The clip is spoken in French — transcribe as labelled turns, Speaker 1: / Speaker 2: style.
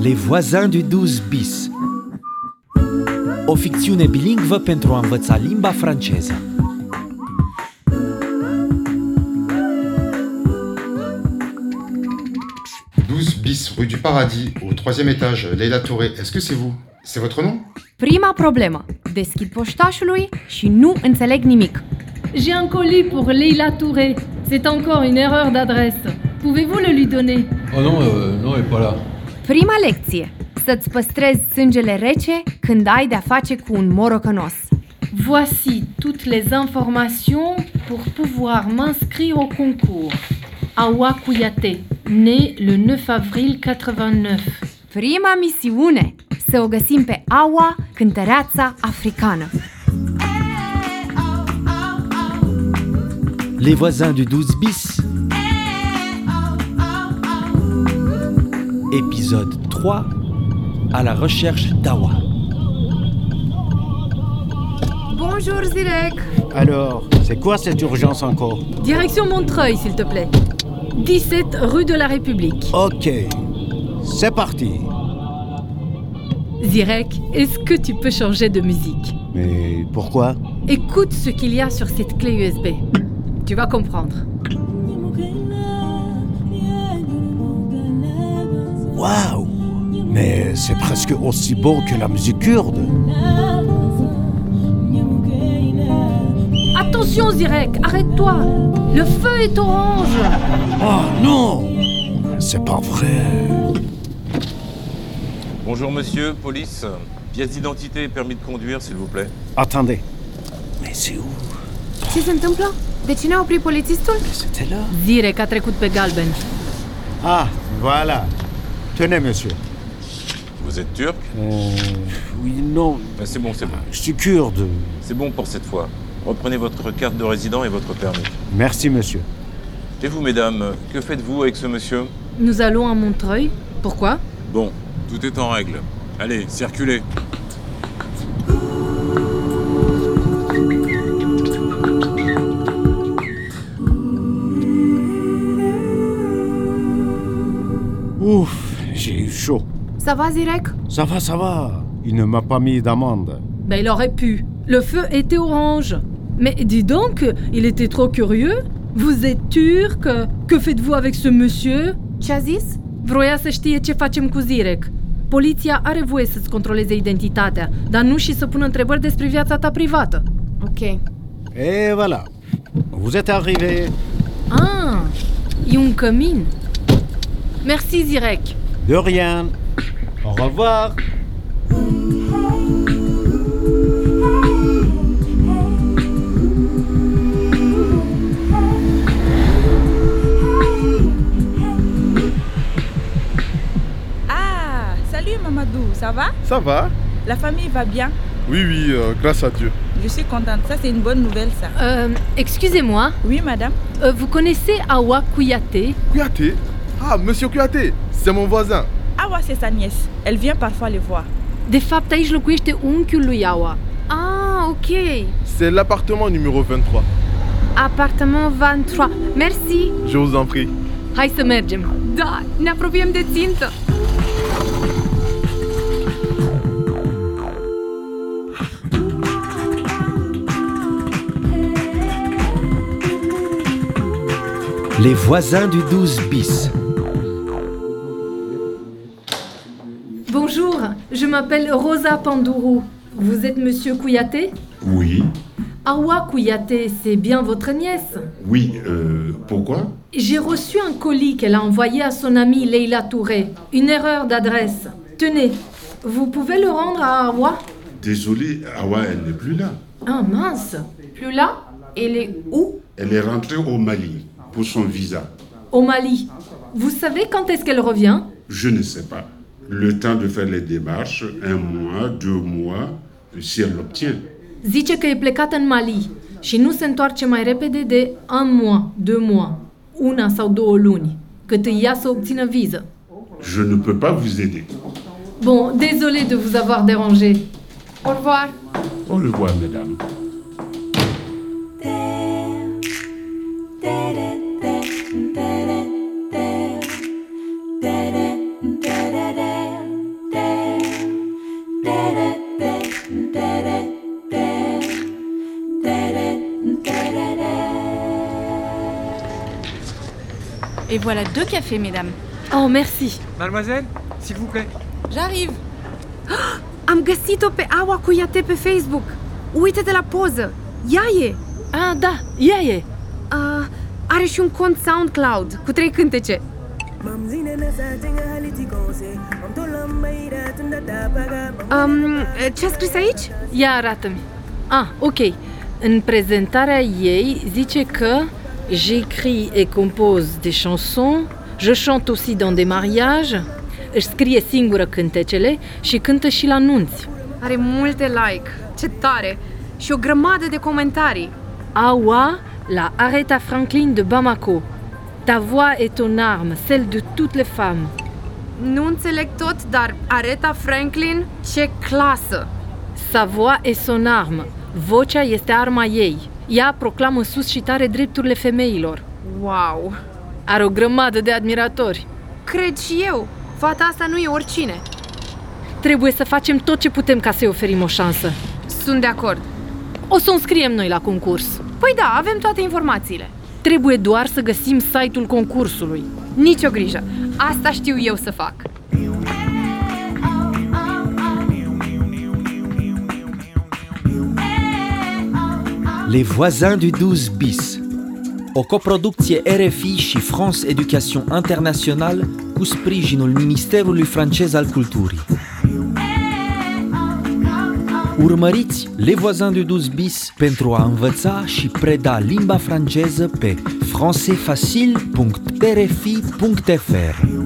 Speaker 1: Les voisini du 12 bis O ficțiune bilingvă pentru a învăța limba franceză
Speaker 2: « 12 bis rue du Paradis, au troisième étage, Leila Touré, est-ce que c'est vous C'est votre nom
Speaker 3: Prima problemă. Deschid poștașului și nu înțeleg nimic.
Speaker 4: J'ai un colis pour Leila Touré. C'est encore une erreur d'adresse. Pouvez-vous le lui donner
Speaker 5: Oh non, euh, non, elle est pas là.
Speaker 3: Prima lecție. Să-ți păstrezi sângele rece când ai de-a face cu un morocănos.
Speaker 4: Voici toutes les informations pour pouvoir m'inscrire au concours. Awa Kouyaté, né le 9 avril 89.
Speaker 3: Prima misiune. Să o găsim pe Aua, cântăreața africană.
Speaker 1: Les voisins du 12 bis Épisode 3 À la recherche d'Awa
Speaker 3: Bonjour, Zirek!
Speaker 6: Alors, c'est quoi cette urgence encore
Speaker 7: Direction Montreuil, s'il te plaît. 17 rue de la République.
Speaker 6: Ok, c'est parti.
Speaker 7: Zirek, est-ce que tu peux changer de musique
Speaker 6: Mais pourquoi
Speaker 7: Écoute ce qu'il y a sur cette clé USB. Tu vas comprendre.
Speaker 6: Waouh Mais c'est presque aussi beau que la musique kurde.
Speaker 4: Attention Zirek, arrête-toi Le feu est orange
Speaker 6: Oh non C'est pas vrai.
Speaker 8: Bonjour monsieur, police. Pièce d'identité et permis de conduire, s'il vous plaît.
Speaker 6: Attendez. Mais c'est où
Speaker 3: Ce se întâmplă? De ce ne-a oprit polițistul?
Speaker 6: C'était là
Speaker 7: Zirek a trecut pe galben.
Speaker 6: Ah, voilà. Tenez, monsieur.
Speaker 8: Vous êtes turc
Speaker 6: Euh, Oui, non,
Speaker 8: Ben, C'est bon, c'est bon.
Speaker 6: je suis kurde.
Speaker 8: C'est bon pour cette fois. Reprenez votre carte de résident et votre permis.
Speaker 6: Merci, monsieur.
Speaker 8: Et vous, mesdames, que faites-vous avec ce monsieur
Speaker 7: Nous allons à Montreuil. Pourquoi
Speaker 8: Bon, tout est en règle. Allez, circulez.
Speaker 6: Ouf, j'ai eu chaud.
Speaker 3: Ça va, Zirek?
Speaker 6: Ça va, ça va. Il ne m'a pas mis d'amende.
Speaker 7: Ben, il aurait pu. Le feu était orange. Mais dis donc, il était trop curieux. Vous êtes turc. Que faites-vous avec ce monsieur
Speaker 3: Ce a zis?
Speaker 7: Vroia să știe ce facem cu Zirek. Poliția are voie să-ți controleze identitatea, dar nu și să pună întrebări despre viața ta privată.
Speaker 3: Ok.
Speaker 6: Et voilà. Vous êtes arrivé.
Speaker 7: Ah, e un cămin. Merci, Zirek.
Speaker 6: De rien. Au revoir.
Speaker 9: Ah, salut Mamadou, ça va
Speaker 10: Ça va
Speaker 9: La famille va bien
Speaker 10: Oui, oui, euh, grâce à Dieu.
Speaker 9: Je suis contente, ça c'est une bonne nouvelle ça.
Speaker 4: Euh, excusez-moi,
Speaker 9: Oui madame
Speaker 4: euh, vous connaissez Awa Kouyaté
Speaker 10: Kouyaté Ah, monsieur Kouyaté, c'est mon voisin.
Speaker 9: Awa Ah c'est sa nièce, elle vient parfois les voir.
Speaker 4: De fapt, aici locuiește unchiul lui Awa.
Speaker 3: Ah, ok.
Speaker 10: C'est l'appartement numéro 23.
Speaker 3: Apartament 23. Merci.
Speaker 10: Je vous en prie.
Speaker 7: Hai să mergem.
Speaker 3: Da, ne apropiem de țintă.
Speaker 1: Les voisins du 12 bis
Speaker 4: Bonjour, je m'appelle Rosa Pandourou.
Speaker 7: Vous êtes monsieur Kouyaté
Speaker 11: Oui,
Speaker 7: Awa Kouyaté, c'est bien votre nièce.
Speaker 11: oui, euh, pourquoi
Speaker 7: J'ai reçu un colis qu'elle a envoyé à son amie Leila Touré. Une erreur d'adresse. Tenez, vous pouvez le rendre à Awa
Speaker 11: Désolé, Awa, elle n'est plus là.
Speaker 7: Ah mince
Speaker 3: Plus là, el e u.
Speaker 11: Elle est rentrée au Mali pour son visa.
Speaker 7: Au Mali. Vous savez quand est-ce qu'elle revient
Speaker 11: Je ne sais pas. Le temps de faire les démarches, un mois, deux mois, si elle l'obtient.
Speaker 7: Zice că e plecată în Mali și nu se întoarce mai repede de un mois, deux mois, una sau două luni, cât îi ia să obțină viză.
Speaker 11: Je ne peux pas vous aider.
Speaker 7: Bon, désolé de vous avoir dérangé.
Speaker 3: Au revoir.
Speaker 11: Au revoir, mesdames.
Speaker 9: voilà deux cafés, mesdames.
Speaker 7: Oh, merci.
Speaker 12: Mademoiselle, s'il vous plaît.
Speaker 9: J'arrive.
Speaker 3: Am găsit-o pe Awa Cuyate pe Facebook. Uită-te la poză. Ea e.
Speaker 7: Ah, da, ea e.
Speaker 3: Ah, are și un cont SoundCloud cu trei cântece. Um, ce-a scris aici?
Speaker 7: Ia arată-mi. Ah, ok. În prezentarea ei zice că j'écris et compose des chansons, je chante aussi dans des mariages, își scrie singură cântecele și cântă și la nunți.
Speaker 3: Are multe like. Ce tare! Și o grămadă de comentarii.
Speaker 7: Awa la Aretha Franklin de Bamako. Ta voix est ton arme, celle de toutes les femmes.
Speaker 3: Nu înțeleg tot, dar Aretha Franklin, ce clasă!
Speaker 7: Sa voix est son arme. Vocea este arma ei. Ea proclamă sus și tare drepturile femeilor.
Speaker 3: Wow!
Speaker 7: Are o grămadă de admiratori.
Speaker 3: Cred și eu. Fata asta nu e oricine.
Speaker 7: Trebuie să facem tot ce putem ca să-i oferim o șansă.
Speaker 3: Sunt de acord.
Speaker 7: O să o înscriem noi la concurs.
Speaker 3: Păi da, avem toate informațiile.
Speaker 7: Trebuie doar să găsim site-ul concursului.
Speaker 3: Nicio grijă. Asta știu eu să fac.
Speaker 1: Les voisins du 12 bis. O coproducție RFI și France Education International cu sprijinul Ministerului francez al Culturii. Urmăriți Le Voisins du 12 bis pentru a învăța și preda limba franceză pe francefacil.rfi.fr.